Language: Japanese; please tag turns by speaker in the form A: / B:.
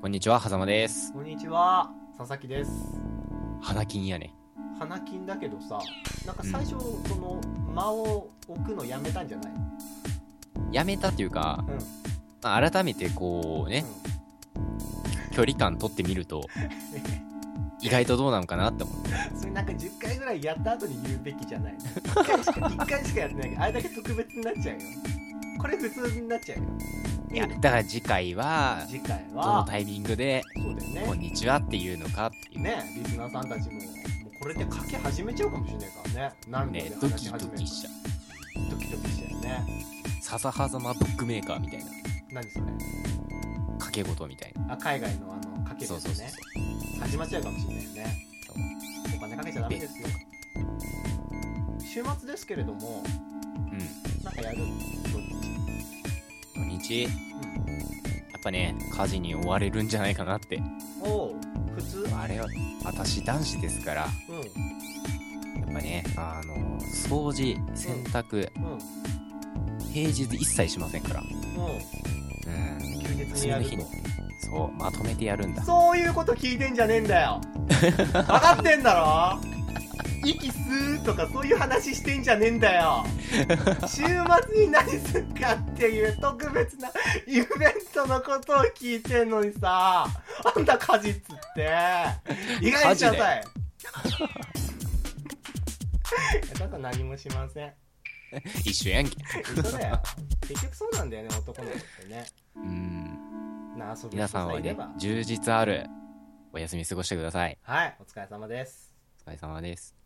A: こんにちは、狭間です。
B: こんにちは、佐々木です。
A: 花金やね。
B: 花金だけどさ、なんか最初、その間を置くのやめたんじゃない？
A: やめたっていうか、
B: うん。
A: まあ、改めてこうね、距離感取ってみる と、意外とどうなのかなって思って。
B: うん。それなんか10回ぐらいやった後に言うべきじゃない？1回しか1回しかやってないけど、あれだけ特別になっちゃうよ。これ普通になっちゃうよ。
A: いや、だから次回は、
B: 次回
A: どの
B: は
A: タイミングで、
B: そうだ
A: こ
B: よ
A: ん
B: ね。
A: にちはっていうのかっていう。
B: ね、リスナーさんたちももうこれで書き始めちゃうかもしれないからね。何度
A: ね
B: で、
A: ド
B: 話
A: キ
B: し始
A: ド
B: める
A: キしちゃう。
B: ドキドキしちゃうよね。
A: 笹狭間ブックメーカーみたいな。
B: 何それ？
A: 掛け事みたいな。
B: あ海外のあのかける
A: そ
B: や
A: う
B: つ
A: そうそう
B: ね。始まっちゃうかもしれないよね。
A: そう。
B: お金かけちゃダメですよ週末ですけれどもなんかやるの
A: うん。土日、やっぱね、家事に追われるんじゃないかなって。
B: うん、おう普通
A: あれは、私男子ですから、
B: うん
A: やっぱね、あの、掃除、洗濯、
B: うんうん
A: 平日一切しませんから。うん。
B: 休日
A: 休
B: に
A: み
B: や
A: の
B: る
A: 日に
B: と。
A: そう、まとめてやるんだ。
B: そういうこと聞いてんじゃねえんだよ分かってんだろ息吸うとかそういう話してんじゃねえんだよ週末に何するかっていう特別なイベントのことを聞いてんのにさあんた果実って意外にしな
A: 家事だ
B: さいただ何もしません
A: 一緒やんけ。
B: 嘘だよ結局そうなんだよね男の子ってね
A: うん。
B: な遊び
A: 皆さんはね、充実あるお休み過ごしてください。
B: はいお疲れ様です
A: お疲れ様です。